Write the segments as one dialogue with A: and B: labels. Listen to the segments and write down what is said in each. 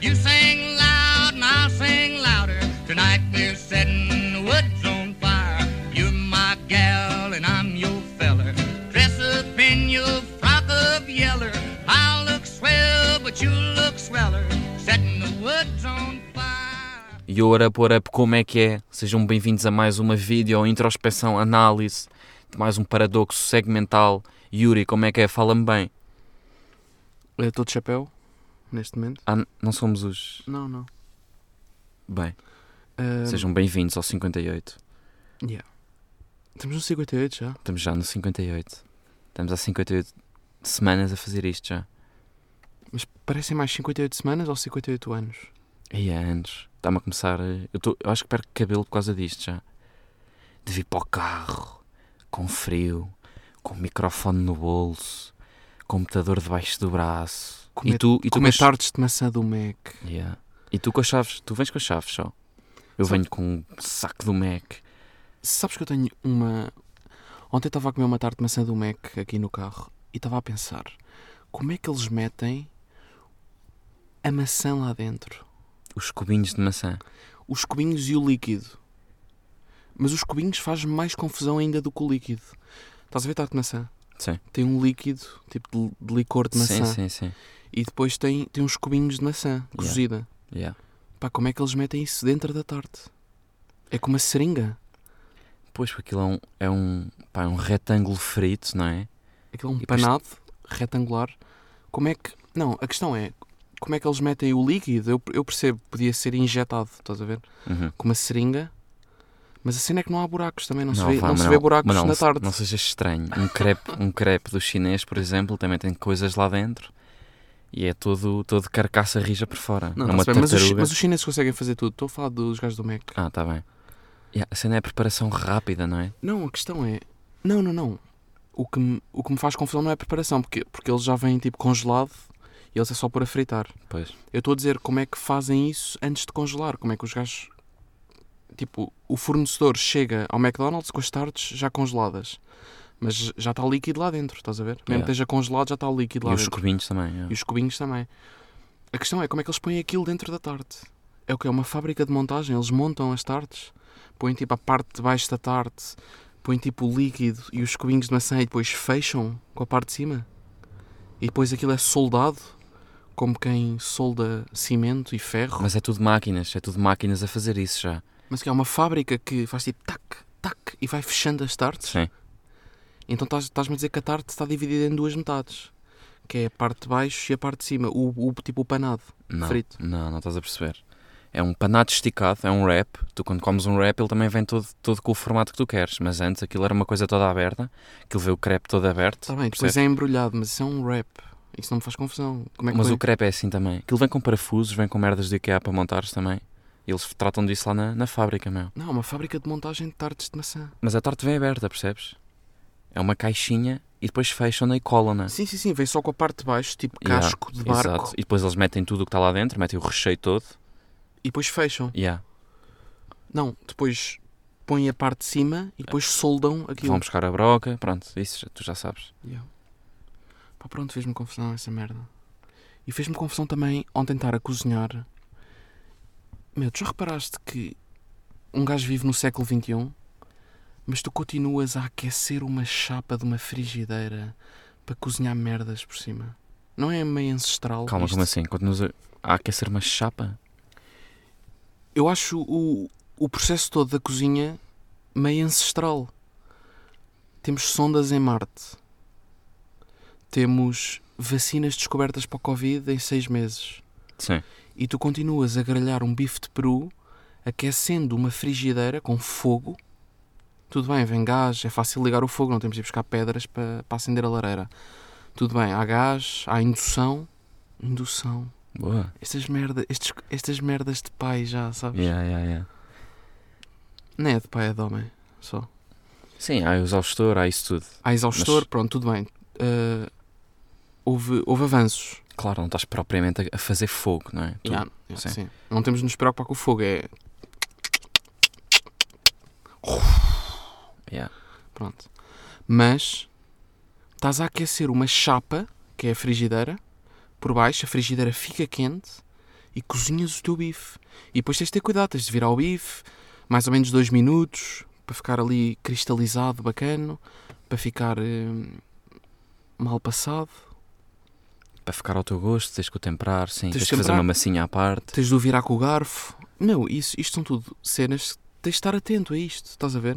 A: You sing loud and I'll sing louder. Tonight we're setting the woods on fire. You're my gal and I'm your feller. Dress up in your frock of yeller. I'll look swell, but you look sweller. Setting the woods on fire.
B: E ora, por up, como é que é? Sejam bem-vindos a mais uma vídeo introspeção análise de mais um paradoxo segmental. Yuri, como é que é? Fala-me bem.
C: Eu estou de Eh, chapéu, neste momento.
B: Ah, n- não somos os.
C: Não, não.
B: Bem,
C: Ah,
B: sejam bem-vindos ao 58.
C: yeah. Temos um 58 já.
B: Estamos já no 58. Estamos há 58 semanas a fazer isto já.
C: Mas parecem mais 58 semanas ou 58 anos?
B: E há anos. Está-me a começar. a- Eu, tô... eu acho que perco cabelo por causa disto já. De vir para o carro, com frio, com o microfone no bolso, computador debaixo do braço.
C: Comer-
B: e tu, e tu
C: Comer
B: as-
C: tardes é de maçã do Mac.
B: Yeah. E tu com as chaves? Tu vens com as chaves só? Eu
C: Só-
B: venho com um saco do Mac.
C: Sabes que eu tenho uma. Ontem estava a comer uma tarte de maçã do Mac aqui no carro e estava a pensar como é que eles metem a maçã lá dentro?
B: Os cubinhos de maçã.
C: Os cubinhos e o líquido. Mas os cubinhos faz mais confusão ainda do que o líquido. Estás a ver tarte de maçã?
B: Sim.
C: Tem um líquido, tipo de- de licor de maçã.
B: Sim, sim, sim.
C: E depois tem, tem uns cubinhos de maçã cozida.
B: Yeah.
C: Pá, como é que eles metem isso dentro da tarte? É com uma seringa.
B: Pois, porque aquilo é um, é um, pá, é um retângulo frito, não é?
C: Aquilo é um
B: depois-
C: panado retangular. Como é que. Não, a questão é. Como é que eles metem o líquido? Eu, eu percebo, podia ser injetado, estás a ver?
B: Uhum.
C: Com uma seringa. Mas a cena é que não há buracos também, não, se, vê,
B: vá,
C: não se vê
B: Manuel.
C: buracos
B: Manuel,
C: na
B: não se-
C: tarte.
B: Não seja estranho. Um crepe, um crepe do chinês, por exemplo, também tem coisas lá dentro. E é todo, todo carcaça rija por fora.
C: Não,
B: é
C: tá-se
B: uma
C: bem, mas, os,
B: tartaruga.
C: mas os chineses conseguem fazer tudo. Estou a falar dos gajos do Mac.
B: Ah, tá bem. Yeah, a cena é a preparação rápida, não é?
C: Não, a questão é. Não, não, não. O que me, o que me faz confusão não é a preparação, porque, porque eles já vêm tipo congelado e eles é só para fritar.
B: Pois.
C: Eu estou a dizer como é que fazem isso antes de congelar. Como é que os gajos. Tipo, o fornecedor chega ao McDonald's com as tartes já congeladas. Mas já está líquido lá dentro, estás a ver? Mesmo
B: Yeah.
C: que esteja congelado, já está
B: E
C: líquido lá
B: os
C: dentro.
B: cubinhos também. yeah.
C: E os cubinhos também. A questão é como é que eles põem aquilo dentro da tarte. É o que? É uma fábrica de montagem. Eles montam as tartes, põem tipo a parte de baixo da tarte, põem tipo o líquido e os cubinhos de maçã e depois fecham com a parte de cima. E depois aquilo é soldado, como quem solda cimento e ferro. Mas,
B: Mas é tudo máquinas, é tudo máquinas a fazer isso já.
C: que é uma fábrica que faz tipo tac, tac e vai fechando as tartes.
B: Sim.
C: Então estás- estás-me a dizer que a tarte está dividida em duas metades. Que é a parte de baixo e a parte de cima, o, o- tipo o panado.
B: Não,
C: Frito.
B: não, não estás a perceber. É um panado esticado, é um wrap. Tu quando comes um wrap ele também vem todo, todo com o formato que tu queres. Mas antes aquilo era uma coisa toda aberta, aquilo veio o crepe todo aberto.
C: Está bem, depois
B: percebes?
C: é embrulhado, mas isso é um wrap. Isso não me faz confusão. Como é que
B: Mas
C: põe?
B: o crepe é assim também. Aquilo vem com parafusos, vem com merdas de IKEA para montares também. Eles tratam disso lá na, na fábrica, meu.
C: Não, uma fábrica de montagem de tartes de maçã.
B: Mas a tarte vem aberta, percebes? É uma caixinha e depois fecham-na e colam-na.
C: Sim, sim, sim, vem só com a parte de baixo, tipo
B: Ah. Yeah,
C: casco de barco.
B: Exato. E depois eles metem tudo o que está lá dentro, metem o recheio todo.
C: E depois fecham.
B: Yeah.
C: Não, depois põem a parte de cima e depois soldam aquilo.
B: Vão buscar a broca, pronto, isso já- tu já sabes.
C: Yeah. Pá, pronto, fez-me confusão essa merda. E fez-me confusão também ontem estar a cozinhar. Meu, tu já reparaste que um gajo vive no século XXI, mas tu continuas a aquecer uma chapa de uma frigideira para cozinhar merdas por cima? Não é meio ancestral?
B: Calma,
C: isto?
B: como assim? Continuas a a aquecer uma chapa?
C: Eu acho o, o processo todo da cozinha meio ancestral. Temos sondas em Marte. Temos vacinas descobertas para o Covid em seis meses.
B: Sim.
C: E tu continuas a grelhar um bife de peru aquecendo uma frigideira com fogo. Tudo bem, vem gás, é fácil ligar o fogo, não temos de ir buscar pedras para, para acender a lareira. Tudo bem, há gás, há indução. Indução.
B: Boa.
C: Estas, merda, estes- estas merdas de pai já, sabes?
B: Yeah, yeah, yeah.
C: Não é de pai, é de homem. Só.
B: Sim, há o exaustor, há isso tudo.
C: Há exaustor,
B: Mas-
C: pronto, tudo bem. Ah, houve, houve avanços.
B: Claro, não estás propriamente a- a fazer fogo, não é? Tu-
C: Yeah, yeah,
B: sim.
C: sim. Não temos de nos preocupar com o fogo, é.
B: Yeah.
C: Pronto. Mas estás a aquecer uma chapa, que é a frigideira, por baixo, a frigideira fica quente e cozinhas o teu bife. E depois tens de ter cuidado, tens de virar o bife, mais ou menos dois minutos, para ficar ali cristalizado, bacano, para ficar eh, mal passado.
B: Para ficar ao teu gosto, tens que o temperar, sim.
C: Tens
B: Tens,
C: de
B: que fazer
C: temperar.
B: uma massinha à parte.
C: Tens de o virar com o garfo. Meu, isso, isto são tudo cenas que tens de estar atento a isto, estás a ver?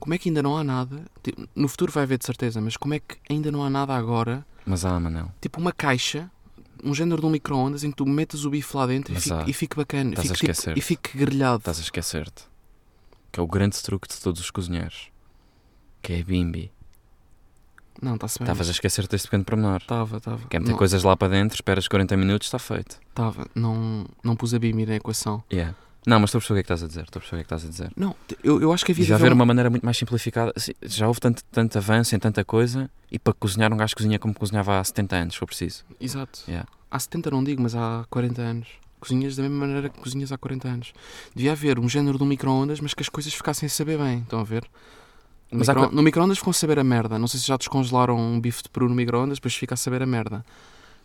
C: Como é que ainda não há nada? Tipo, No futuro vai haver de certeza, mas como é que ainda não há nada agora?
B: Mas há, Manel.
C: Tipo uma caixa, um género de um micro-ondas em que tu metas o bife lá dentro e
B: Mas
C: fique,
B: há.
C: e fique bacana.
B: Estás a
C: fique, tipo-
B: esquecer-te.
C: e fique grelhado.
B: Estás a esquecer-te. Que é o grande truque de todos os cozinheiros. Que é a bimbi.
C: Não, está-se bem.
B: Estavas a esquecer-te deste pequeno pormenor.
C: Estava, estava.
B: Quer meter
C: Não,
B: coisas lá para dentro, esperas 40 minutos, está feito.
C: Estava. Não, não pus a Bimi na equação.
B: Yeah. Não, mas estou a perceber o que é que estás a dizer. Estou a perceber o que é que estás a dizer.
C: Não, eu, eu acho que havia de
B: Devia haver uma maneira muito mais simplificada. Assim, Já houve tanto, tanto avanço em tanta coisa e para cozinhar um gajo cozinha como cozinhava há 70 anos, se for preciso.
C: Exato.
B: Yeah.
C: Há 70 não digo, mas há 40 anos. Cozinhas da mesma maneira que cozinhas há 40 anos. Devia haver um género de um micro-ondas, mas que as coisas ficassem a saber bem. Estão a ver? No
B: Mas há
C: micro-
B: co-
C: No micro-ondas ficam a saber a merda. Não sei se já descongelaram um bife de peru no micro-ondas, depois fica a saber a merda.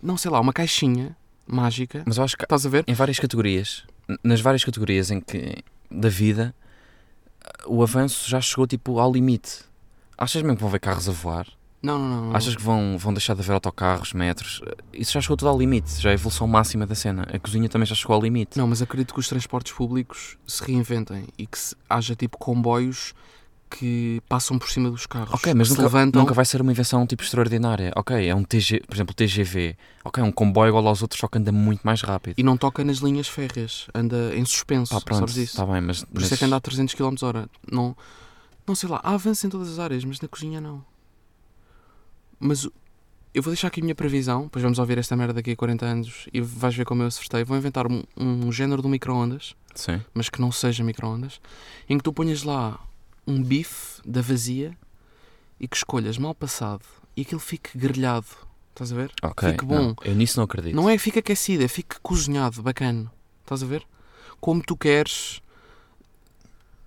C: Não, sei lá, uma caixinha mágica.
B: Mas eu acho que
C: Estás a ver?
B: em várias categorias, n- nas várias categorias em que, da vida, o avanço já chegou tipo ao limite. Achas mesmo que vão ver carros a voar?
C: Não, não, não. não.
B: Achas que vão, vão deixar de haver autocarros, metros? Isso já chegou tudo ao limite, já é a evolução máxima da cena. A cozinha também já chegou ao limite.
C: Não, mas acredito que os transportes públicos se reinventem e que se- haja tipo comboios que passam por cima dos carros.
B: Ok, mas
C: que se
B: nunca,
C: levantam.
B: nunca vai ser uma invenção tipo extraordinária. Ok, é um TG, por exemplo, o TGV. Ok, é um comboio igual aos outros, só que anda muito mais rápido.
C: E não toca nas linhas férreas, anda em suspenso,
B: Pá, Ah, pronto,
C: sabes isso?
B: está bem, mas,
C: Por isso é
B: mas
C: que anda a 300 km hora. Não, não sei lá, há avanço em todas as áreas, mas na cozinha não. Mas o- eu vou deixar aqui a minha previsão, depois vamos ouvir esta merda daqui a 40 anos e vais ver como eu acertei. Vou inventar um, um género de um micro-ondas,
B: sim,
C: mas que não seja micro-ondas, em que tu ponhas lá um bife da vazia e que escolhas mal passado e aquilo fique grelhado. Estás a ver?
B: ok.
C: Fique bom.
B: não, eu nisso não acredito.
C: Não é fica aquecido, é fica cozinhado, bacana. Estás a ver? Como tu queres.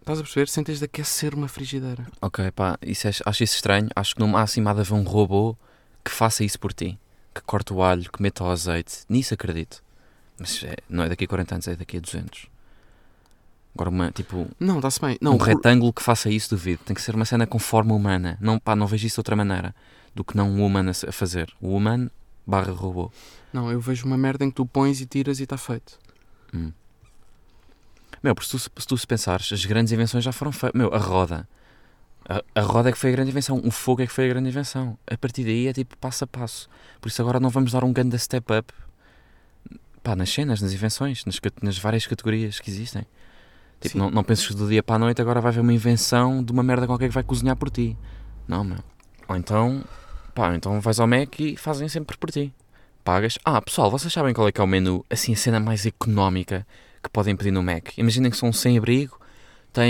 C: Estás a perceber? Sem teres de aquecer uma frigideira.
B: Ok, pá, isso é- acho isso estranho. Acho que no máximo há de haver um robô que faça isso por ti. Que corte o alho, que meta o azeite. Nisso acredito. Mas é- não é daqui a 40 anos, é daqui a 200. Agora, uma, tipo,
C: Não, está-se bem. Não,
B: um
C: o-
B: retângulo que faça isso, duvido. Tem que ser uma cena com forma humana. Não, pá, não vejo isso de outra maneira do que não um humano a se- a fazer. O humano barra robô.
C: não, eu vejo uma merda em que tu pões e tiras e está feito.
B: Meu, porque se tu, se tu se pensares, as grandes invenções já foram feitas. Meu, a roda. A, a roda é que foi a grande invenção. O fogo é que foi a grande invenção. A partir daí é tipo passo a passo. Por isso agora não vamos dar um grande step up. Pá, nas cenas, nas invenções, nas, cate- nas várias categorias que existem. Tipo,
C: Sim.
B: não, não penses que do dia para a noite agora vai haver uma invenção de uma merda qualquer que vai cozinhar por ti. Não, meu. Ou então, pá, ou então vais ao Mac e fazem sempre por ti. Pagas. Ah, pessoal, vocês sabem qual é que é o menu, assim, a cena mais económica que podem pedir no Mac? Imaginem que são um sem-abrigo,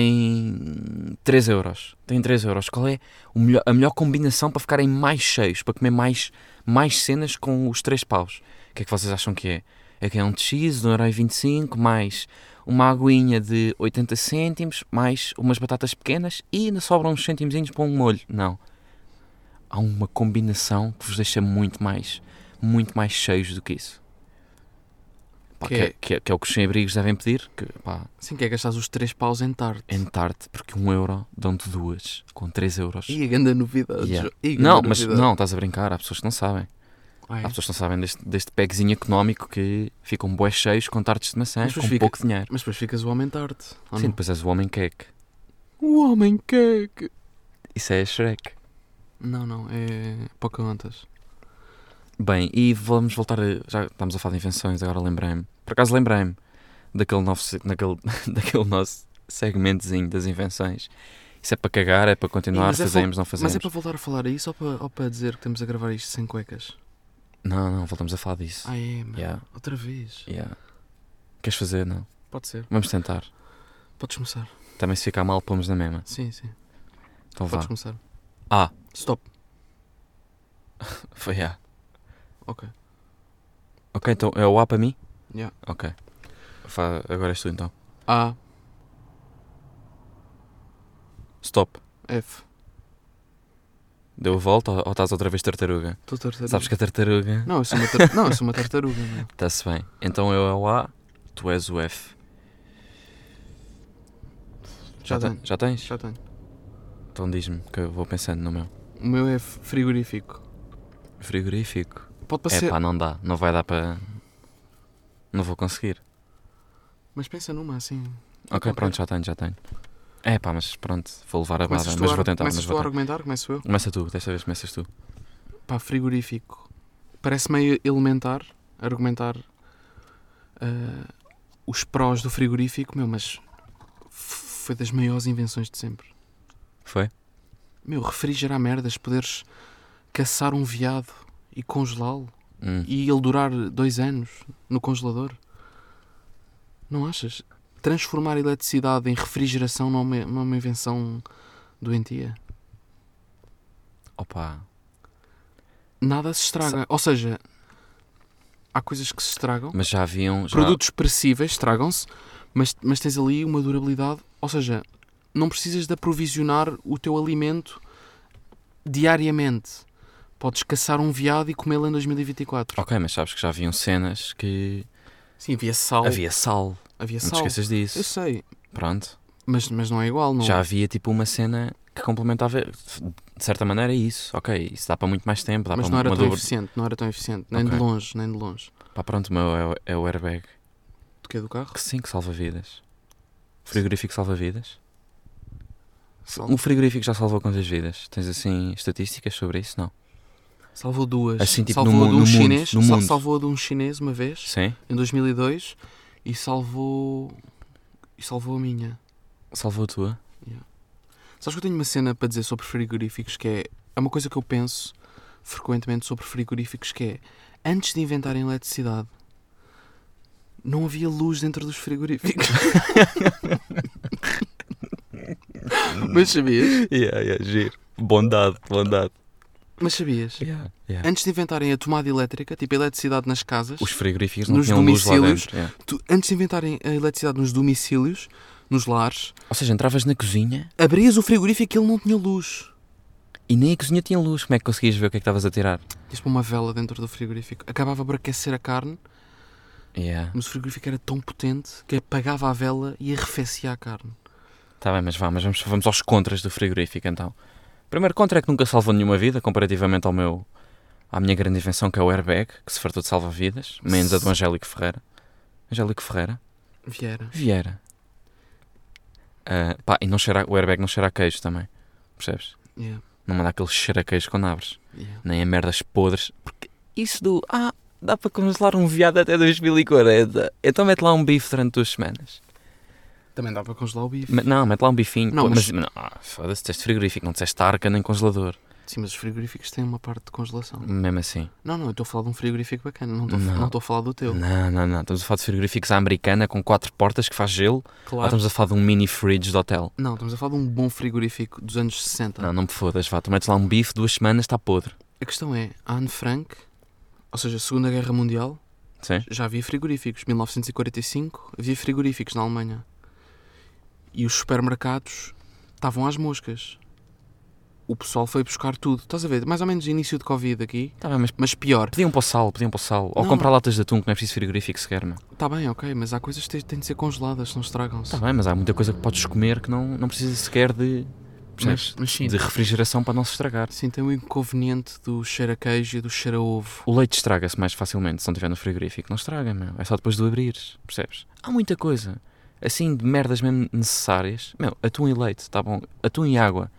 B: tem 3 euros. Tem 3 euros. Qual é o melhor- a melhor combinação para ficarem mais cheios, para comer mais, mais cenas com os 3 paus? O que é que vocês acham que é? É que é um de X, de 1,25€, mais uma aguinha de 80 cêntimos, mais umas batatas pequenas e ainda sobram uns centimozinhos para um molho. Não há uma combinação que vos deixa muito mais, muito mais cheios do que isso. Pá,
C: Que
B: que, é,
C: é-
B: que é- que é o que os sem-abrigos devem pedir, que pá,
C: Assim que é gastar os três paus em tarte.
B: entarte, porque um euro dão-te duas, com três euros.
C: E a grande novidade.
B: Yeah.
C: Jo- Ih, grande
B: Não, mas
C: novidade.
B: não, estás a brincar, há pessoas que não sabem.
C: Ah, é.
B: Há pessoas que não sabem deste, deste packzinho económico que ficam bué cheios com tartes de maçã,
C: Mas
B: com
C: depois fica-
B: pouco dinheiro.
C: Mas depois ficas o homem tarte. ou
B: Sim,
C: não?
B: depois és o homem cake.
C: O homem cake.
B: Isso é Shrek.
C: Não, não, é Pocahontas.
B: Bem, e vamos voltar a. Já estamos a falar de invenções, agora lembrei-me. Por acaso lembrei-me daquele, novo, se- naquele- daquele nosso segmentozinho das invenções. Isso é para cagar, é para continuar,
C: mas é
B: fazemos, não
C: Mas
B: fazemos.
C: é para voltar a falar aí só para, ou para dizer que estamos a gravar isto sem cuecas.
B: Não, não, voltamos a falar disso.
C: Ah, é, mano.
B: Yeah,
C: Outra vez.
B: yeah. Queres fazer? Não.
C: Pode ser.
B: Vamos tentar.
C: Podes começar.
B: Também se ficar mal, pomos na mesma.
C: Sim, sim.
B: Então vá.
C: Podes começar.
B: Ah.
C: Stop.
B: Foi A.
C: Ok.
B: Ok, então é o A para mim?
C: Yeah.
B: Ok. Fa- Agora és tu então.
C: A,
B: Stop.
C: F.
B: Deu a volta ou, ou estás outra vez tartaruga?
C: Estou tartaruga.
B: Sabes que a tartaruga.
C: Não, eu sou uma, tar... não, eu sou uma tartaruga, meu.
B: Está-se bem. Então eu é o A tu és o F.
C: Já
B: te-
C: tenho.
B: já tens?
C: Já tenho.
B: Então diz-me que eu vou pensando no meu.
C: O meu é frigorífico.
B: Frigorífico.
C: Pode
B: É
C: parecer.
B: pá, não dá. Não vai dar para. Não vou conseguir.
C: Mas pensa numa assim.
B: Ok,
C: Ok.
B: pronto, já tenho, já tenho. É pá, mas pronto, vou levar a bada,
C: Começas tu,
B: mas
C: a,
B: vou tentar.
C: começas
B: Mas
C: tu
B: vou
C: a
B: tentar.
C: argumentar, começo eu.
B: Começa tu, desta vez começas tu.
C: Pá, frigorífico. Parece meio elementar argumentar ah, os prós do frigorífico, meu, mas f- foi das maiores invenções de sempre.
B: Foi?
C: Meu, refrigerar merdas, poderes caçar um veado e congelá-lo
B: Hum.
C: e ele durar dois anos no congelador. Não achas? Transformar eletricidade em refrigeração não é uma, não é uma invenção doentia.
B: Opa.
C: Nada se estraga. Ou seja, há coisas que se estragam.
B: Mas já haviam. Já...
C: Produtos perecíveis estragam-se, mas, mas tens ali uma durabilidade. Ou seja, não precisas de aprovisionar o teu alimento diariamente. Podes caçar um veado e comê-lo em 2024.
B: Ok, mas sabes que já haviam cenas que.
C: Sim, havia sal.
B: Havia sal.
C: havia
B: Não te
C: sal.
B: esqueças disso.
C: Eu sei,
B: Pronto.
C: mas, mas não é igual, não
B: Já havia tipo uma cena que complementava. De certa maneira, é isso. Ok, isso dá para muito mais tempo. Dá
C: mas
B: para
C: não era
B: uma
C: tão
B: dobra-
C: eficiente, não era tão eficiente, nem
B: Ok.
C: de longe, nem de longe.
B: Pá, pronto, o meu é o, é o airbag.
C: Do que é do carro?
B: Que sim, que salva vidas. Frigorífico salva vidas.
C: Sal-
B: O frigorífico já salvou quantas vidas? Tens assim estatísticas sobre isso? Não.
C: Salvou duas.
B: Assim, tipo,
C: salvou
B: no
C: a de
B: mu-
C: um
B: no mundo,
C: chinês,
B: no
C: sal-
B: mundo.
C: salvou a de um chinês uma vez,
B: Sim?
C: em 2002, e salvou e salvou a minha.
B: Salvou a tua?
C: Sabes que eu tenho uma cena para dizer sobre frigoríficos que é, é uma coisa que eu penso frequentemente sobre frigoríficos que é, antes de inventarem eletricidade, não havia luz dentro dos frigoríficos. Mas sabias?
B: Yeah, yeah, giro. Bondade, bondade.
C: Mas sabias?
B: Yeah, yeah.
C: Antes de inventarem a tomada elétrica, tipo a eletricidade nas casas,
B: Os frigoríficos não
C: Nos
B: tinham luz lá
C: domicílios.
B: dentro. yeah.
C: tu- antes de inventarem a eletricidade nos domicílios, nos lares,
B: Ou seja, entravas na cozinha
C: abrias o frigorífico e ele não tinha luz.
B: e nem a cozinha tinha luz. Como é que conseguias ver o que é que estavas a tirar?
C: Tinhas pôr uma vela dentro do frigorífico. Acabava por aquecer a carne,
B: Yeah.
C: mas o frigorífico era tão potente que apagava a vela e arrefecia a carne.
B: Tá bem, mas vá, mas vamos, vamos aos contras do frigorífico então. Primeiro contra é que nunca salvou nenhuma vida, comparativamente ao meu, à minha grande invenção que é o airbag, que se fartou de salva-vidas, menos a do Angélico Ferreira. Angélico Ferreira?
C: Vieira.
B: Vieira. Ah, pá, e não cheira, a- o airbag não cheira a queijo também, percebes?
C: Yeah,
B: Não manda aquele cheiro a queijo quando abres.
C: yeah.
B: Nem a merdas podres. Porque isso do, ah, dá para congelar um viado até 2040, então mete lá um bife durante duas semanas.
C: Também dá para congelar o bife.
B: Ma- Não, mete lá um bifinho.
C: Não,
B: Pô,
C: mas-
B: mas... não, ah, Foda-se, teste frigorífico, não disseste arca nem congelador.
C: Sim, mas os frigoríficos têm uma parte de congelação.
B: Mesmo assim.
C: Não, não, eu estou a falar de um frigorífico bacana, não estou a-
B: Não.
C: não estou a falar do teu.
B: Não, não, não. Estamos a falar de frigoríficos à americana com quatro portas que faz gelo. Ou
C: Claro.
B: estamos a falar de um mini fridge de hotel.
C: Não, estamos a falar de um bom frigorífico dos anos 60.
B: Não, não me fodas, vá. Tu metes lá um bife, duas semanas, está podre.
C: A questão é, a Anne Frank, ou seja, a Segunda Guerra Mundial,
B: Sim?
C: já havia frigoríficos. 1945 havia frigoríficos na Alemanha. E os supermercados estavam às moscas. O pessoal foi buscar tudo. Estás a ver? Mais ou menos início de Covid aqui,
B: Está Tá bem, mas
C: mas pior.
B: pediam para o sal, pediam para o sal. Ou
C: Não.
B: comprar latas de atum, que não é preciso frigorífico sequer, meu.
C: Está Tá bem, ok, mas há coisas que têm- têm de ser congeladas, senão estragam-se.
B: Está bem, mas há muita coisa que podes comer que não, não precisa sequer de. percebes?
C: mas sim.
B: De refrigeração para não se estragar.
C: Sim, tem o inconveniente do cheiro a queijo e do cheiro a ovo.
B: O leite estraga-se mais facilmente se não estiver no frigorífico. Não estraga, meu. É só depois de o abrires, percebes? Há muita coisa. Assim, de merdas mesmo necessárias. Meu, atum e leite, tá bom? Atum e água.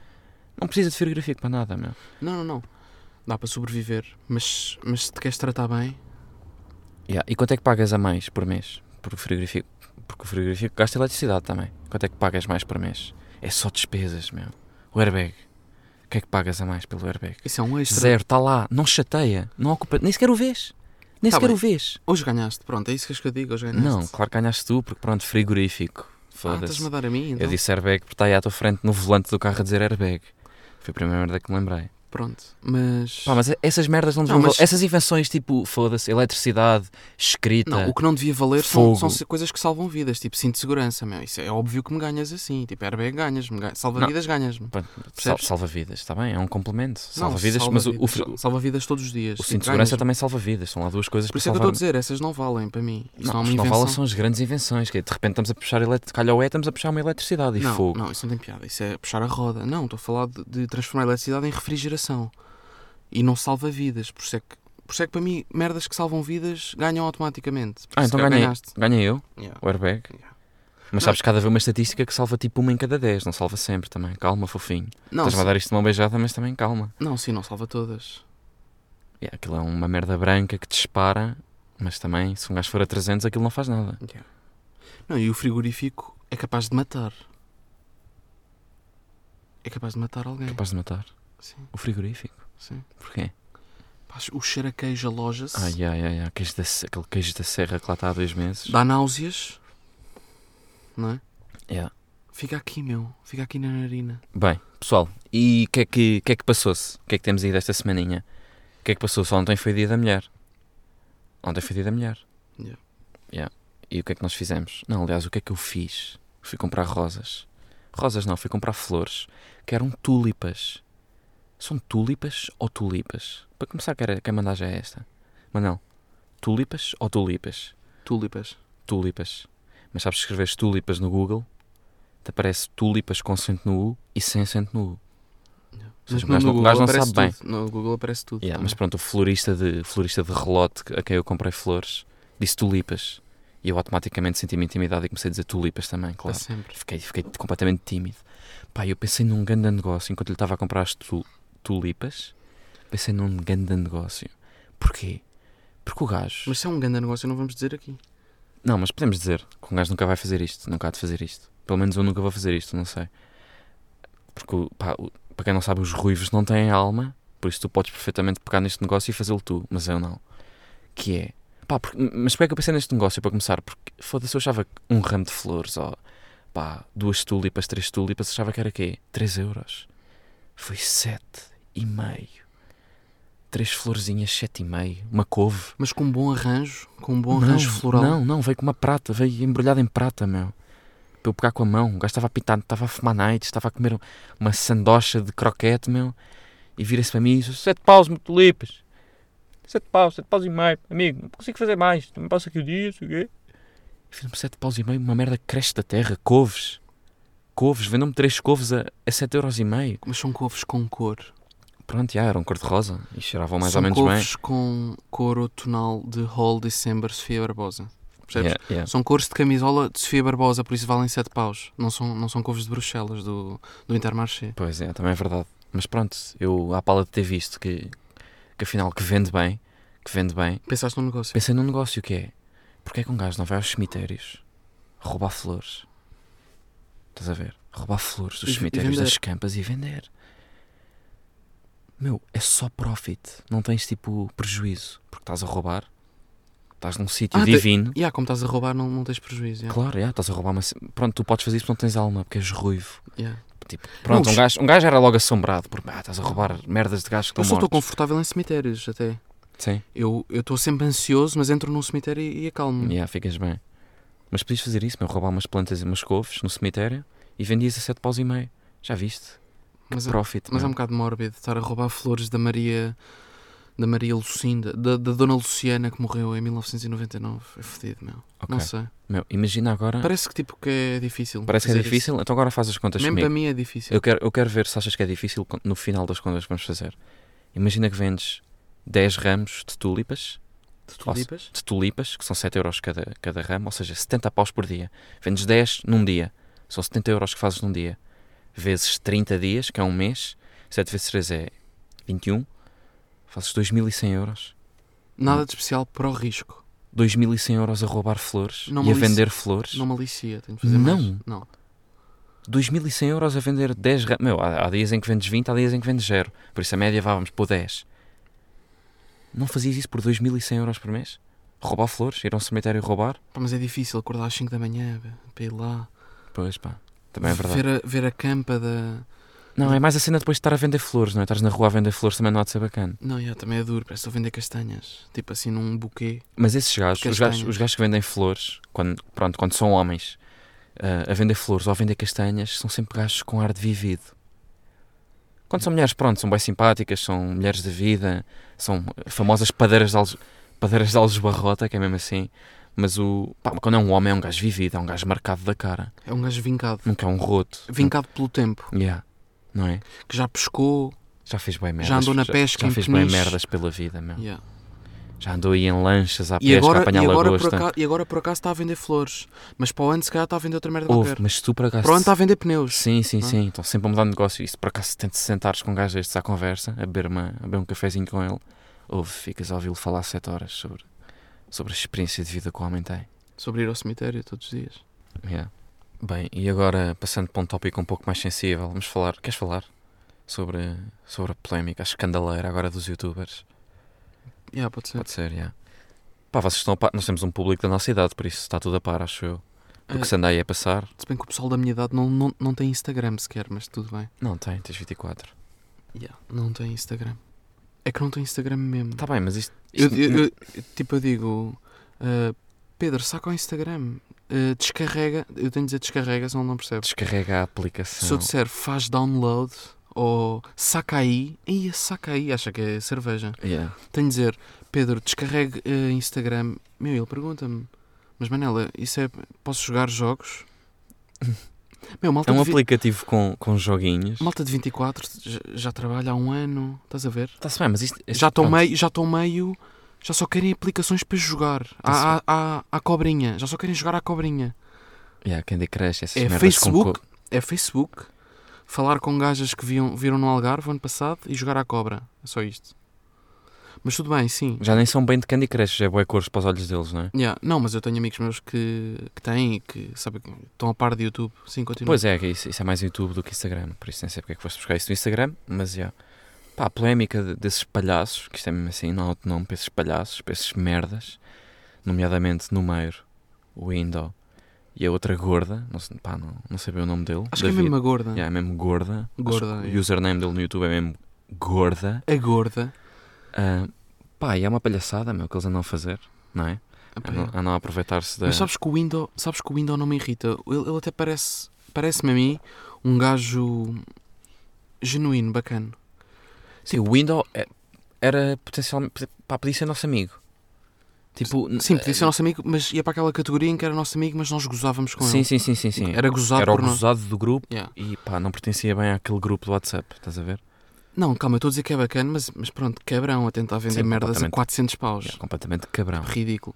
B: Não precisa de frigorífico para nada, meu.
C: Não, não, não. Dá para sobreviver, mas, mas se te queres tratar bem,
B: Yeah. E quanto é que pagas a mais por mês? Porque o frigorífico, porque o frigorífico gasta eletricidade também. Quanto é que pagas mais por mês? É só despesas, meu. O airbag. O que é que pagas a mais pelo airbag?
C: isso é um extra.
B: Zero, está lá. Não chateia. Não ocupa. Nem sequer o vês. Nem
C: Tá
B: sequer
C: bem.
B: o vês.
C: Hoje ganhaste, pronto, é isso que és que eu digo, hoje ganhaste.
B: Não, claro que ganhaste tu, porque pronto, frigorífico.
C: ah,
B: Foda-se.
C: estás-me a dar a mim, então?
B: Eu disse airbag porque está aí à tua frente no volante do carro a dizer airbag. Foi a primeira merda que me lembrei.
C: Pronto, mas.
B: Pá, mas essas merdas não,
C: Não,
B: não
C: mas-
B: Essas invenções tipo, foda-se, eletricidade, escrita.
C: Não, o que não devia valer são,
B: É. Fogo.
C: são se- coisas que salvam vidas, tipo cinto de segurança, meu. Isso é óbvio que me ganhas assim, tipo airbag ganhas-me, ga- salva
B: Não.
C: vidas ganhas-me.
B: Pá, sal-
C: Percebes?
B: salva vidas, está bem? É um complemento.
C: Não,
B: Salva vidas,
C: salva
B: mas o-
C: vidas,
B: o, fr-
C: sal- salva vidas todos os dias.
B: o
C: tipo,
B: cinto de segurança
C: ganhas-me.
B: também salva vidas. São lá duas coisas
C: Por
B: para
C: isso é que eu
B: salvar.
C: estou a dizer, essas não valem para mim. Isso
B: não,
C: não, é uma
B: isto não
C: invenção.
B: fala são as grandes invenções, que é, de repente estamos a puxar elet... calhau é, estamos a puxar uma eletricidade e
C: não,
B: fogo.
C: não, isso não tem piada. Isso é puxar a roda. Não, estou a falar de, de transformar a eletricidade em refrigeração. E não salva vidas. Por isso é que, por isso é que para mim, merdas que salvam vidas ganham automaticamente. Por
B: Ah,
C: isso é
B: então
C: que
B: ganhei,
C: ganhaste.
B: ganhei eu,
C: Yeah.
B: o airbag.
C: Yeah. é?
B: Mas sabes que há de haver uma estatística que salva tipo uma em cada 10, não salva sempre também. Calma, fofinho.
C: Não,
B: Estás-me a
C: se-
B: dar isto de mão beijada, mas também calma.
C: não, sim, não salva todas.
B: Yeah, aquilo é uma merda branca que dispara, mas também, se um gajo for a 300, aquilo não faz nada.
C: Não, e o frigorífico é capaz de matar. É capaz de matar alguém.
B: Capaz de matar.
C: Sim,
B: O frigorífico.
C: sim.
B: Porquê?
C: Pá, O cheiro a queijo aloja-se,
B: Ai, é. ai, ai, ai. Queijo da se- aquele queijo da serra que lá está há dois meses.
C: dá náuseas, não é?
B: Yeah.
C: Fica aqui, meu. Fica aqui na narina.
B: Bem, pessoal, e o que é que, que, é que passou-se? O que é que temos aí desta semaninha? O que é que passou-se? Ontem foi dia da mulher. Ontem foi dia da mulher.
C: Yeah.
B: Yeah. E o que é que nós fizemos? Não, aliás, o que é que eu fiz? Fui comprar rosas. Rosas não, fui comprar flores, que eram tulipas. São tulipas ou tulipas? Para começar, quem quer mandar já é esta. Manel, tulipas ou tulipas?
C: Tulipas.
B: tulipas. Mas sabes que escreves tulipas no Google, te aparece tulipas com acento no U e sem acento no U.
C: Mas
B: o um gajo não-
C: no
B: o
C: Google
B: gajo não
C: aparece
B: sabe
C: tudo. No Google aparece tudo.
B: Yeah,
C: também.
B: mas pronto, o florista de, florista de relote que- a quem eu comprei flores disse tulipas. E eu automaticamente senti-me intimidado e comecei a dizer tulipas também,
C: Para
B: claro.
C: sempre.
B: Fiquei, fiquei completamente tímido. Pá, eu pensei num grande negócio enquanto lhe estava a comprar as tu- tulipas. Pensei num grande negócio. Porquê? Porque o gajo.
C: Mas se é um grande negócio, não vamos dizer aqui.
B: Não, mas podemos dizer que um gajo nunca vai fazer isto, nunca há de fazer isto. Pelo menos eu nunca vou fazer isto, não sei. Porque, o- pá, o- para quem não sabe, os ruivos não têm alma, por isso tu podes perfeitamente pegar neste negócio e fazê-lo tu, mas eu não. Que é. Pá, porque- mas porque é que eu pensei neste negócio para começar? Porque foda-se, eu achava que um ramo de flores ou pá, duas tulipas, três tulipas, achava que era quê? 3 euros. Foi sete e meio. Três florzinhas, sete e meio. Uma couve.
C: Mas com um bom arranjo, com um bom arranjo floral.
B: Não, não, veio com uma prata, veio embrulhada em prata, meu. Para eu pegar com a mão. O gajo estava a pitar, estava a fumar nights, estava a comer um- uma sandocha de croquete, meu. E vira-se para mim e diz: assim, sete paus, meu tulipas. Sete paus, sete paus e meio, amigo, não consigo fazer mais. Não me passa aqui o dia, sei o quê. E Fiz-me sete paus e meio, uma merda que cresce da terra, couves. Couves, vendam-me três couves a, a sete euros e meio.
C: Mas são couves com cor.
B: Pronto, já, eram cor-de-rosa e cheiravam mais
C: são
B: ou menos bem.
C: couves com cor outonal de Hall December Sofia Barbosa. Percebes?
B: Yeah, yeah.
C: São cores de camisola de Sofia Barbosa, por isso valem 7 paus. Não são, não são couves de Bruxelas, do, do Intermarché.
B: Pois é, também é verdade. Mas pronto, eu à pala de ter visto que, que afinal que vende bem, que vende bem,
C: Pensaste num negócio?
B: pensei num negócio que é porque é que um gajo não vai aos cemitérios roubar flores? Estás a ver? Roubar flores
C: E-
B: dos
C: e
B: cemitérios
C: vender.
B: das campas e vender. Meu, é só profit. Não tens tipo prejuízo. Porque estás a roubar, estás num sítio
C: Ah, te-
B: divino.
C: E como estás a roubar, não, não tens prejuízo. Yeah.
B: Claro, yeah, estás a roubar uma. ce- Pronto, tu podes fazer isso porque não tens alma, porque és ruivo.
C: Yeah.
B: Tipo, pronto,
C: Não,
B: um,
C: os-
B: gajo, um gajo era logo assombrado porque ah, estás a roubar merdas de gajos que
C: Eu só
B: estão
C: estou
B: mortos.
C: confortável em cemitérios, até.
B: Sim,
C: Eu eu estou sempre ansioso, mas entro num cemitério e, e acalmo-me.
B: yeah, ficas bem. Mas podias fazer isso, meu, roubar umas plantas e umas couves no cemitério e vendias a 7 paus e meio. Já viste?
C: Mas, é-
B: Profit,
C: mas é um
B: meu.
C: bocado mórbido estar a roubar flores da Maria. Da Maria Lucinda, da, da Dona Luciana que morreu em 1999. É fodido, meu.
B: Ok.
C: Não sei.
B: Meu, imagina agora.
C: Parece que tipo que é difícil.
B: Parece que é
C: fazer isso.
B: difícil, então agora faz as contas
C: Mesmo
B: comigo.
C: para mim é difícil.
B: Eu quero, eu quero ver se achas que é difícil con- no final das contas que vamos fazer. Imagina que vendes 10 ramos de tulipas,
C: De tulipas?
B: de tulipas, que são 7 euros cada, cada ramo, ou seja, 70 paus por dia. Vendes 10 num dia, são 70 euros que fazes num dia. Vezes 30 dias, que é um mês, 7 vezes 3 é 21, fazes 2100 euros.
C: Nada de especial para o risco.
B: 2100 euros a roubar flores
C: Não
B: e a
C: me lice-
B: vender flores.
C: Não malicia, tenho de fazer
B: Não.
C: mais. Não.
B: 2100 euros a vender 10 ramos. Meu, há, há dias em que vendes 20, há dias em que vendes 0. Por isso a média vá, vamos pôr 10. Não fazias isso por 2100 euros por mês? Roubar flores? Ir a um cemitério roubar?
C: Pá, mas é difícil acordar às 5 da manhã pá, para ir lá.
B: Pois pá, também é verdade.
C: Ver a, ver a campa da,
B: Não, é mais a cena depois de estar a vender flores, não é? Estás na rua a vender flores também não há de ser bacana.
C: Não, já, também é duro, parece que estou a vender castanhas. Tipo assim, num buquê.
B: Mas esses gajos, os gajos,
C: Castanhas.
B: os gajos que vendem flores, quando, pronto, quando são homens, ah, a vender flores ou a vender castanhas, são sempre gajos com ar de vivido. Quando são mulheres, pronto, são bem simpáticas, são mulheres de vida, são famosas padeiras de, Alge, padeiras de Algesbarrota, que é mesmo assim. Mas o. Pá, quando é um homem, é um gajo vivido, é um gajo marcado da cara.
C: É um gajo vincado.
B: Nunca é um roto.
C: Vincado pelo tempo.
B: Yeah. Não é?
C: Que já pescou.
B: Já fez bem merdas.
C: andou na pesca
B: Já,
C: em
B: fez bem
C: peniche.
B: merdas pela vida, meu.
C: já.
B: Já andou aí em lanchas à
C: E,
B: É. pesca, a
C: agora,
B: apanhar
C: e, agora por
B: lagosta.
C: acaso, e agora por acaso está a vender flores. Mas para o ano se calhar está a vender outra merda
B: Ouve,
C: qualquer.
B: mas se tu por acaso.
C: Pronto, está a vender pneus.
B: Sim, sim,
C: não é?
B: sim. Estão sempre a mudar de negócio. E se por acaso te sentares com um gajo destes à conversa, a beber, uma, a beber um cafezinho com ele, ouve, ficas a ouvi-lo falar 7 horas sobre, sobre a experiência de vida que o homem tem.
C: Sobre ir ao cemitério todos os dias.
B: Yeah. Bem, e agora, passando para um tópico um pouco mais sensível, vamos falar. Queres falar? Sobre, sobre a polémica, a escandaleira agora dos youtubers.
C: Já, pode ser.
B: Pode ser, já. Pá, vocês estão a par. Nós temos um público da nossa idade, por isso está tudo a par, acho eu. Do
C: Eh,
B: que se anda aí a passar.
C: Se bem que o pessoal da minha idade não, não, não tem Instagram sequer, mas tudo bem.
B: Não, tem, tens 24.
C: Não tem Instagram. É que não tem Instagram mesmo.
B: Está Tá bem, mas isto.
C: Eu,
B: isto
C: eu- eu- tipo, eu digo, ah, Pedro, saca o Instagram, ah, descarrega, eu tenho de dizer descarrega, senão ele não percebe.
B: Descarrega a
C: Se eu
B: aplicação.
C: disser faz download ou saca aí, aí saca aí, acha que é cerveja.
B: Yeah.
C: Tenho de dizer, Pedro, descarregue ah, Instagram. Meu, ele pergunta-me, mas Manela, isso é, posso jogar jogos? Meu, malta,
B: É um
C: de vi-
B: aplicativo com, com joguinhos.
C: malta de 24 já, já trabalha há um ano, estás a ver?
B: Está-se bem, mas isto. isto-
C: já estão
B: pronto.
C: meio, já estão meio, já só querem aplicações para jogar. À, à, à- à cobrinha, já só querem jogar à cobrinha.
B: Yeah, Candy Crush, essas
C: É
B: merdas
C: Facebook?
B: Com... co-
C: É Facebook, falar com gajas que viam, viram no Algarve ano passado e jogar à cobra. É só isto. Mas tudo bem, sim.
B: Já nem são bem de Candy Crush, já é boa cores para os olhos deles, não é?
C: Yeah. Não, mas eu tenho amigos meus que, que têm e que sabem que estão a par de YouTube. Sim, continua.
B: Pois é, que isso, isso é mais YouTube do que Instagram, por isso nem sei porque é que foste buscar isso no Instagram, mas já. Pá, a polémica de- desses palhaços, que isto é mesmo assim, não há outro nome para esses palhaços, para esses merdas, nomeadamente no meio, o Indo e a outra gorda, não sei, pá, não, não sei bem o nome dele.
C: Acho que é mesmo a gorda.
B: Yeah, é mesmo gorda. Acho
C: Gorda,
B: que
C: yeah.
B: O username dele no YouTube é mesmo gorda.
C: A gorda.
B: Ah, pá, e é uma palhaçada, meu, que eles andam a fazer, não é?
C: Ah, pá,
B: Andam, andam a aproveitar-se da.
C: Mas sabes que o Windows, sabes que o Windows não me irrita. Ele, ele até parece, parece-me a mim um gajo genuíno, bacana.
B: Sim, o Window é- era potencialmente. Pá, podia ser nosso amigo. Tipo,
C: Sim, podia ser nosso amigo, mas ia para aquela categoria em que era nosso amigo, mas nós gozávamos com
B: é, Sim,
C: ele.
B: sim, sim, sim, sim.
C: Era gozado
B: Era o
C: por nós.
B: gozado do grupo
C: Yeah.
B: e pá, não pertencia bem àquele grupo do WhatsApp, estás a ver?
C: Não, calma, eu estou a dizer que é bacana, mas, mas pronto, quebrão a tentar vender
B: Sim,
C: merdas a
B: completamente.
C: 400 paus.
B: É completamente cabrão.
C: Ridículo.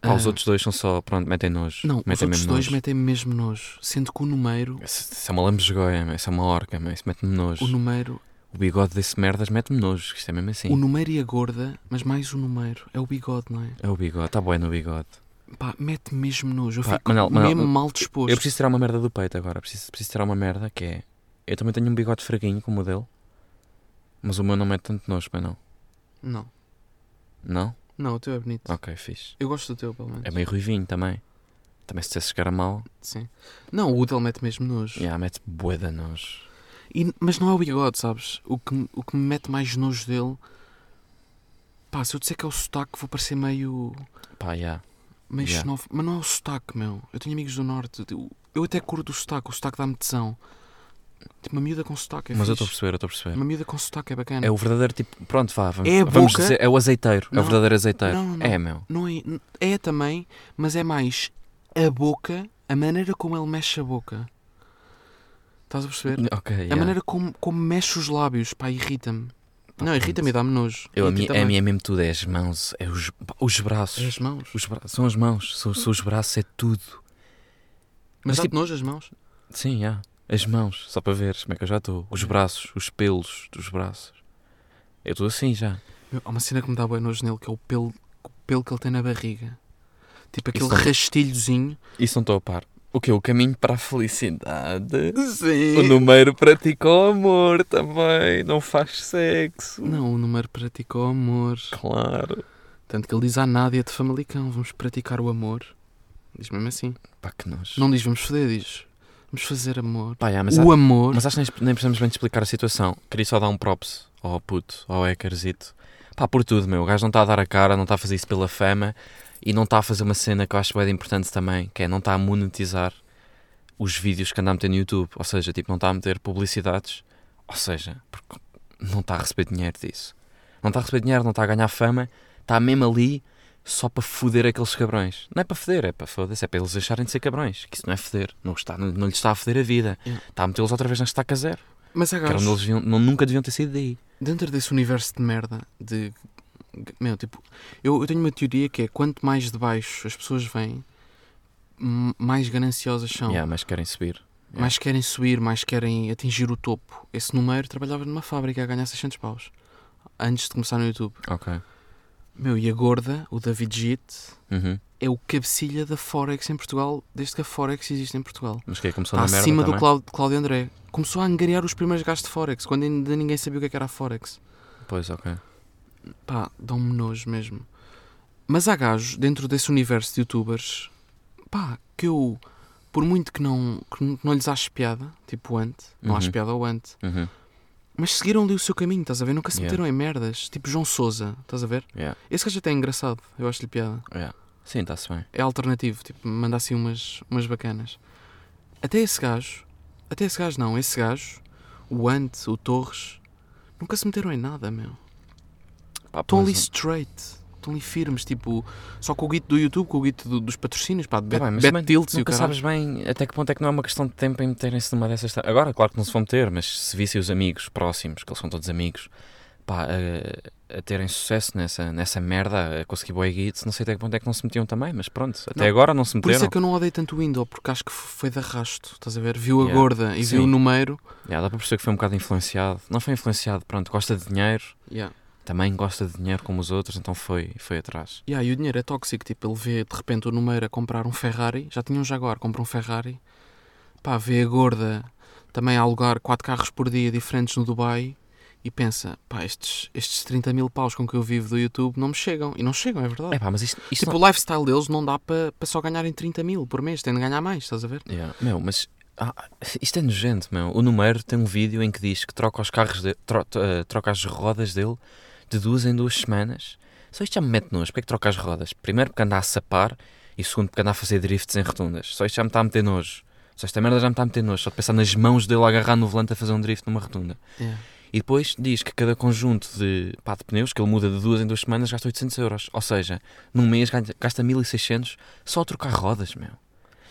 B: Pá, os
C: Ah,
B: outros dois são só, pronto, metem nojo.
C: Não, os
B: metem
C: outros
B: mesmo
C: dois
B: nojo.
C: metem mesmo nojo. Sendo que o número,
B: Isso, isso é uma lambesgoia, meu, isso é uma orca, meu, isso mete-me nojo.
C: o
B: O,
C: número,
B: bigode desse merdas mete-me nojo, que isto é mesmo assim.
C: o número e a gorda, mas mais o número, é o bigode, não é?
B: É o bigode, está bom no bigode.
C: Pá, mete mesmo nojo. Eu
B: Pá,
C: fico
B: Manel, Manel,
C: mesmo mal disposto.
B: Eu preciso tirar uma merda do peito agora. Preciso, preciso tirar uma merda que é. Eu também tenho um bigode fraguinho como o dele. Mas o meu não mete tanto nojo, mas não.
C: Não,
B: Não?
C: não, o teu é bonito.
B: Ok, fixe.
C: Eu gosto do teu, pelo menos.
B: Ah. É meio ruivinho também. Também se dissesse chegar a mal,
C: Sim. Não, o Udel mete mesmo nojo.
B: yeah, mete bué de nojo.
C: E- mas não é o bigode, sabes? O que, o que me mete mais nojo dele. Pá, se eu disser que é o sotaque, vou parecer meio.
B: Pá, yeah.
C: meio
B: Yeah.
C: xenófobo. Mas não é o sotaque, meu. Eu tenho amigos do Norte. Eu, eu até curto o sotaque, o sotaque dá-me tesão. Tipo, uma miúda com sotaque é
B: Mas eu estou a
C: fixe.
B: perceber, eu estou a perceber.
C: Uma miúda com sotaque é bacana.
B: É o verdadeiro tipo. Pronto, vá, vamos,
C: É a
B: vamos
C: boca.
B: dizer. É o azeiteiro. É
C: Não.
B: o verdadeiro azeiteiro.
C: Não, não, não.
B: É, meu.
C: Não é, é também, mas é mais a boca, a maneira como ele mexe a boca. Estás a perceber?
B: Ok,
C: A
B: yeah.
C: maneira como, como mexe os lábios, pá, irrita-me.
B: Pá,
C: não, irrita-me e dá-me nojo.
B: Eu, a,
C: E a ti
B: mim, a
C: também.
B: mim é mesmo tudo. É as mãos, é os, pá, os
C: É as
B: braços.
C: mãos.
B: Os bra... São as mãos, são, são os braços, é tudo.
C: Mas,
B: Mas,
C: dá-te
B: tipo-
C: nojo as mãos?
B: Sim, já. As mãos, só para veres como é que eu já estou. Os braços, os pelos dos braços. Eu estou assim já.
C: Meu, Há uma cena que me dá bem nojo nele, que é o pelo, o pelo que ele tem na barriga. Tipo aquele
B: Isso é-
C: rastilhozinho.
B: Isso não estou a par. O que? O caminho para a felicidade. O
C: Sim.
B: número pratica o amor também. Não faz sexo.
C: Não, o número pratica o amor.
B: Claro.
C: Tanto que ele diz à Nádia de Famalicão, vamos praticar o amor. Diz mesmo assim.
B: Pá, que nós.
C: Não diz vamos foder, diz Vamos fazer amor.
B: Pá, yeah, mas,
C: o
B: a-
C: amor.
B: mas acho que nem, nem precisamos bem de explicar a situação. Queria só dar um props ao puto, ao Ecarzito. Pá, por tudo, meu. O gajo não está a dar a cara, não está a fazer isso pela fama e não está a fazer uma cena que eu acho bem importante também, que é não está a monetizar os vídeos que anda a meter no YouTube. Ou seja, tipo, não está a meter publicidades. Ou seja, porque não está a receber dinheiro disso. Não está a receber dinheiro, não está a ganhar fama. Está mesmo ali só para foder aqueles cabrões. Não é para foder, é para foder-se, é para eles deixarem de ser cabrões. Que isso não é foder. Não, está, não, não lhes está a foder a vida.
C: Yeah.
B: Está Tá a metê-los outra vez na estaca zero.
C: Mas há
B: Que era um onde eles
C: gajos,
B: deviam- não, nunca deviam ter saído daí.
C: dentro desse universo de merda, de. Meu, tipo, eu, eu tenho uma teoria que é quanto mais de baixo as pessoas vêm, m- mais gananciosas são.
B: Yeah, mas querem subir. yeah.
C: É. Mais querem subir, mais querem atingir o topo. Esse número trabalhava numa fábrica a ganhar 600 paus. Antes de começar no YouTube.
B: Ok.
C: Meu, e a gorda, o David Jeet,
B: Uhum.
C: é o cabecilha da Forex em Portugal, desde que a Forex existe em Portugal.
B: Mas que é começou
C: Está
B: na merda
C: Tá acima do
B: também.
C: Cláudio, Cláudio André. Começou a angariar os primeiros gastos de Forex, quando ainda ninguém sabia o que, é que era a Forex.
B: Pois, ok.
C: Pá, dão-me nojo mesmo. Mas há gajos, dentro desse universo de youtubers, pá, que eu, por muito que não, que não- que não lhes ache piada, tipo o Ant, não
B: Uhum.
C: acho piada ao Ant,
B: Uhum.
C: mas seguiram ali o seu caminho, estás a ver? Nunca se
B: Yeah.
C: meteram em merdas. Tipo João Souza, estás a ver?
B: Yeah.
C: Esse gajo até é engraçado, eu acho-lhe piada.
B: Yeah. Sim, está-se bem.
C: é alternativo, tipo, manda assim umas, umas bacanas. Até esse gajo, até esse gajo não, esse gajo, o Ante, o Torres, nunca se meteram em nada, meu.
B: Pá,
C: Estão
B: pois
C: ali
B: é.
C: straight, estão ali firmes, tipo, só com o guito do YouTube, com o guito do- dos patrocínios, pá, de
B: Tá
C: Bet,
B: bem, mas
C: Bet
B: também
C: Tilts e o
B: nunca
C: caralho.
B: sabes bem até que ponto é que não é uma questão de tempo em meterem-se numa dessas. tra- Agora, claro que não se vão meter, mas se vissem os amigos próximos, que eles são todos amigos, pá, a, a terem sucesso nessa, nessa merda, a conseguir boy guides, não sei até que ponto é que não se metiam também, mas pronto, até
C: Não.
B: agora não se
C: Por isso
B: meteram.
C: é que eu não odeio tanto o Windows, porque acho que foi de arrasto, estás a ver? Viu a
B: Yeah.
C: gorda e
B: Sim.
C: viu o número.
B: Yeah, dá para perceber que foi um bocado influenciado. Não foi influenciado, pronto, gosta de dinheiro,
C: Yeah.
B: também gosta de dinheiro como os outros, então foi, foi atrás.
C: Yeah, e o dinheiro é tóxico, tipo, ele vê de repente o Numeiro a comprar um Ferrari, já tinha um Jaguar, compra um Ferrari, pá, vê a gorda também a alugar quatro carros por dia diferentes no Dubai e pensa, pá, estes, estes 30 mil paus com que eu vivo do YouTube não me chegam, e não chegam, é verdade.
B: É pá, mas isto, isto
C: tipo,
B: não-
C: o lifestyle deles não dá para só ganharem 30 mil por mês, têm de ganhar mais, estás a ver?
B: Yeah. Meu, mas ah, isto é nojento, meu. O número tem um vídeo em que diz que troca, os carros de- tro- eh, troca as rodas dele de duas em duas semanas. Só isto já me mete nojo. Porquê é que troca as rodas? Primeiro porque anda a sapar e segundo porque anda a fazer drifts em rotundas. Só isto já me está a meter nojo. Só esta merda já me está a meter nojo. Só de pensar nas mãos dele a agarrar no volante a fazer um drift numa rotunda.
C: Yeah.
B: E depois diz que cada conjunto de, pá, de pneus, que ele muda de duas em duas semanas, gasta 800 euros. Ou seja, num mês gasta gasta 1600 só a trocar rodas, meu.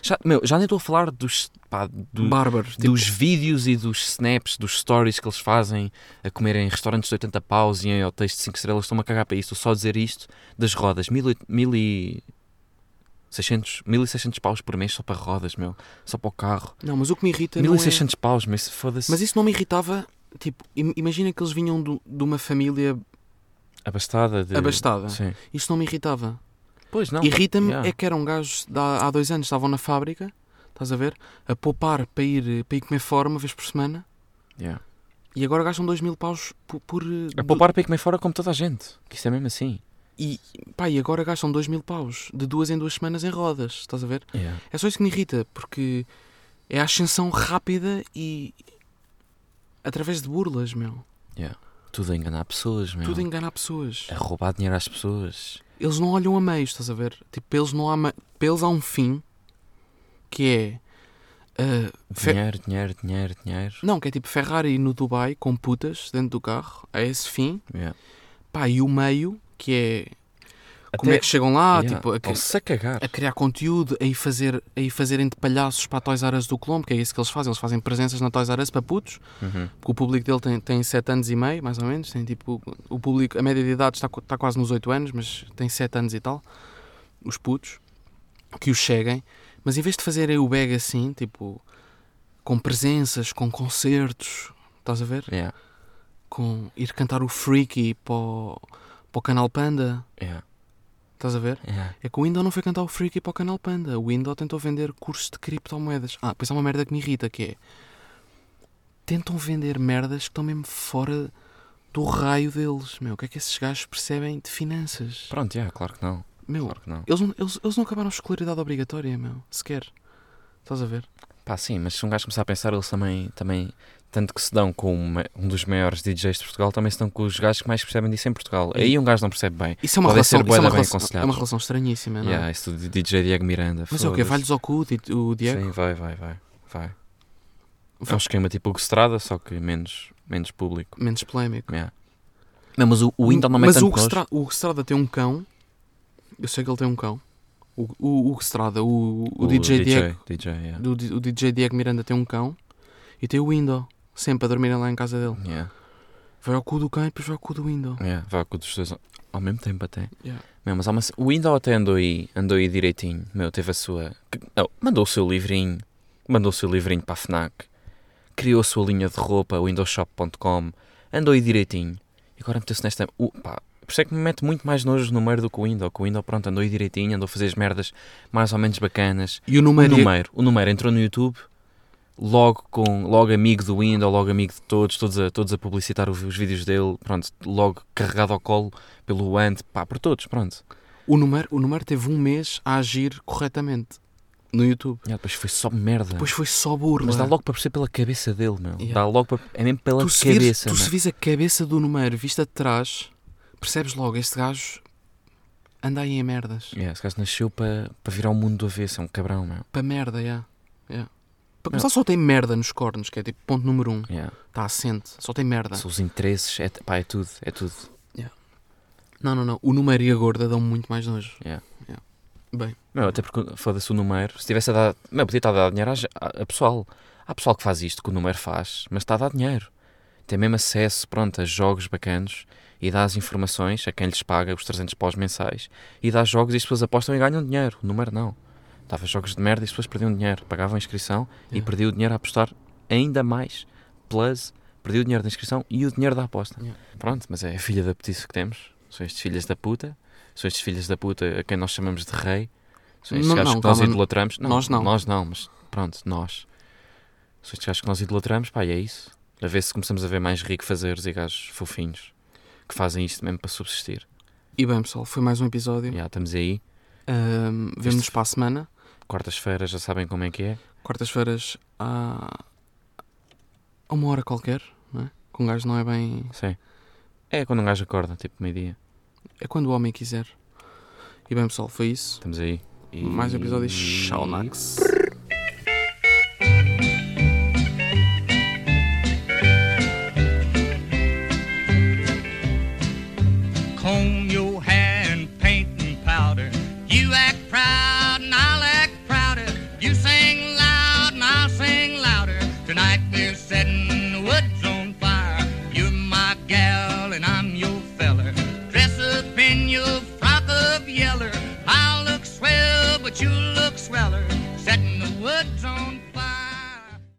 B: Já, meu, já nem estou a falar dos, pá, do-
C: Bárbaros, tipo,
B: dos vídeos e dos snaps, dos stories que eles fazem a comerem em restaurantes de 80 paus e em hotéis de 5 estrelas. Estou-me a cagar para isto. Só dizer isto das rodas. 1600, 1600 paus por mês só para rodas, meu. Só para o carro.
C: Não, mas o que me irrita não é-
B: 1600 paus, mas foda-se.
C: Mas isso não me irritava, tipo, im- imagina que eles vinham do- de uma família
B: Abastada de...
C: abastada,
B: Sim.
C: isso não me irritava.
B: Pois não.
C: Irrita-me
B: yeah.
C: é que eram gajos de há, há dois anos, estavam na fábrica, estás a ver? A poupar para ir, para ir comer fora uma vez por semana
B: Yeah.
C: e agora gastam dois mil paus por. por, eh,
B: A
C: du-
B: poupar para ir comer fora como toda a gente. Que isto é mesmo assim.
C: E, pá, e agora gastam dois mil paus de duas em duas semanas em rodas, estás a ver? É só isso que me irrita, porque é a ascensão rápida e. através de burlas, meu.
B: Tudo a enganar pessoas, meu.
C: Tudo engana pessoas.
B: A roubar dinheiro às pessoas.
C: Eles não olham a meios, estás a ver? Tipo, para eles, não há, me- para eles há um fim que é. eh, fe-
B: Dinheiro, dinheiro, dinheiro, dinheiro.
C: Não, que é tipo Ferrari no Dubai com putas dentro do carro, a esse fim.
B: Yeah.
C: Pá, e o meio, que é como
B: Até-
C: é que chegam lá,
B: Yeah.
C: tipo, a, cri-
B: Estão-se a cagar.
C: a criar conteúdo, a ir, fazer, a ir fazerem de palhaços para a Toys R Us do Colombo, que é isso que eles fazem, eles fazem presenças na Toys R Us para putos,
B: Uhum.
C: porque o público dele tem, tem 7 anos e meio, mais ou menos, tem tipo, o público, a média de idade está, co- está quase nos 8 anos, mas tem 7 anos e tal, os putos, que os cheguem, mas em vez de fazerem o bag assim, tipo, com presenças, com concertos, estás a ver?
B: Yeah.
C: com ir cantar o Freaky para o, para o Canal Panda,
B: Yeah.
C: estás a ver?
B: Yeah.
C: É que o Windows não foi cantar o Freaky para o Canal Panda. O Windows tentou vender cursos de criptomoedas. Ah, pois há uma merda que me irrita, que é... Tentam vender merdas que estão mesmo fora do raio deles, meu. O que é que esses gajos percebem de finanças?
B: Pronto, yeah, claro que não.
C: Meu,
B: Claro que não.
C: eles não, eles, eles não acabaram a escolaridade obrigatória, meu. Sequer. Estás a ver?
B: Pá, sim, mas se um gajo começar a pensar, eles também, também tanto que se dão com uma- um dos maiores DJs de Portugal, também se dão com os gajos que mais percebem disso em Portugal. Aí um gajo não percebe bem.
C: Isso é uma
B: Podem
C: relação,
B: ser
C: isso é
B: bué
C: uma
B: da bem
C: relação,
B: aconselhados.
C: é uma relação estranhíssima, não é?
B: Yeah, isso do DJ Diego Miranda.
C: Mas é o quê?
B: foda-se.
C: Vai-lhes ao cu o Di- o Diego?
B: Sim, vai, vai, vai. vai. É um
C: Vai.
B: esquema tipo Hugo Estrada, só que menos, menos público.
C: Menos polémico.
B: Yeah. Não, mas o, o Intel não mete
C: Mas o
B: tanto
C: Hugo, Stra- o Hugo Strada tem um cão. Eu sei que ele tem um cão. O, o Hugo Strada, o, o DJ, Diego,
B: DJ, yeah.
C: do di- o DJ Diego Miranda tem um cão e tem o Window, sempre a dormir lá em casa dele.
B: Yeah,
C: Vai ao cu do cão e depois vai ao cu do Window.
B: yeah. Vai É, com os dois ao- ao mesmo tempo até.
C: Yeah.
B: Meu, mas há uma... ce- O Windows até andou aí, andou aí direitinho. Meu, teve a sua. que- não, mandou o seu livrinho. Mandou o seu livrinho para a Fnac. Criou a sua linha de roupa, windowshop.com. Andou aí direitinho. E agora meteu-se nesta. Uh, pá, por isso é que me mete muito mais nojo no número do que o Windows. Que o Windows, pronto, andou aí direitinho, andou a fazer as merdas mais ou menos bacanas.
C: E o
B: O
C: número,
B: número, o número entrou no YouTube. Logo, com, logo amigo do Windows, logo amigo de todos, todos a, todos a publicitar os, os vídeos dele, pronto, logo carregado ao colo pelo Ant, pá, por todos, pronto.
C: o, número, o número teve um mês a agir corretamente no YouTube.
B: Yeah, depois foi só merda.
C: Depois foi só burla.
B: Mas dá logo para perceber pela cabeça dele, meu.
C: Yeah.
B: Dá logo para... É mesmo pela
C: tu se, vires,
B: cabeça, é?
C: tu se
B: meu.
C: vis a cabeça do número vista de trás, percebes logo, este gajo anda aí em merdas.
B: Yeah, esse gajo nasceu para, para virar o mundo do avesso, é um cabrão, meu.
C: Para merda, já. já. Para começar, só tem merda nos cornos, que é tipo ponto número um.
B: Yeah.
C: Está assente, só tem merda.
B: São os interesses, é, pá, é tudo, é tudo.
C: Não, não, não. O número e a gorda dão muito mais nojo.
B: Yeah.
C: Yeah. Bem.
B: Meu, até porque, foda-se o número, se tivesse a dar... Meu, podia estar a dar dinheiro a, a pessoal. Há pessoal que faz isto, que o número faz, mas está a dar dinheiro. Tem mesmo acesso, pronto, a jogos bacanos e dá as informações a quem lhes paga os 300 paus mensais e dá jogos e as pessoas apostam e ganham dinheiro. O número não. Dava jogos de merda e as pessoas perdiam dinheiro. Pagavam a inscrição e
C: Yeah.
B: perdiam o dinheiro a apostar ainda mais. Plus, perdiam o dinheiro da inscrição e o dinheiro da aposta.
C: Yeah.
B: Pronto, mas é a filha da petice que temos. São estes filhas da puta. São estes filhas da puta a quem nós chamamos de rei. São estes
C: Não,
B: gajos
C: não,
B: que nós
C: calma,
B: idolatramos.
C: nós não.
B: Nós não, mas pronto, nós. São estes gajos que nós idolatramos, pá, e é isso. A ver se começamos a ver mais rico fazeres e gajos fofinhos que fazem isto mesmo para subsistir.
C: E bem, pessoal, foi mais um episódio.
B: Já estamos aí.
C: Ahm, Vemo-nos
B: Este-
C: para a semana.
B: Quartas-feiras já sabem como é que é.
C: Quartas-feiras à- a uma hora qualquer, não é? Que um gajo não é bem.
B: Sim. É quando um gajo acorda, tipo meio-dia.
C: É quando o homem quiser. E bem, pessoal, foi isso.
B: Estamos aí. E-
C: Mais um episódio. Tchau, Max.
A: comb your hair and paint and powder. You act proud and I'll act prouder. You sing loud and I'll sing louder. Tonight we're setting the woods on fire. You're my gal and I'm your feller. Dress up in your frock of yeller. I'll look swell, but you look sweller. Setting the woods on fire.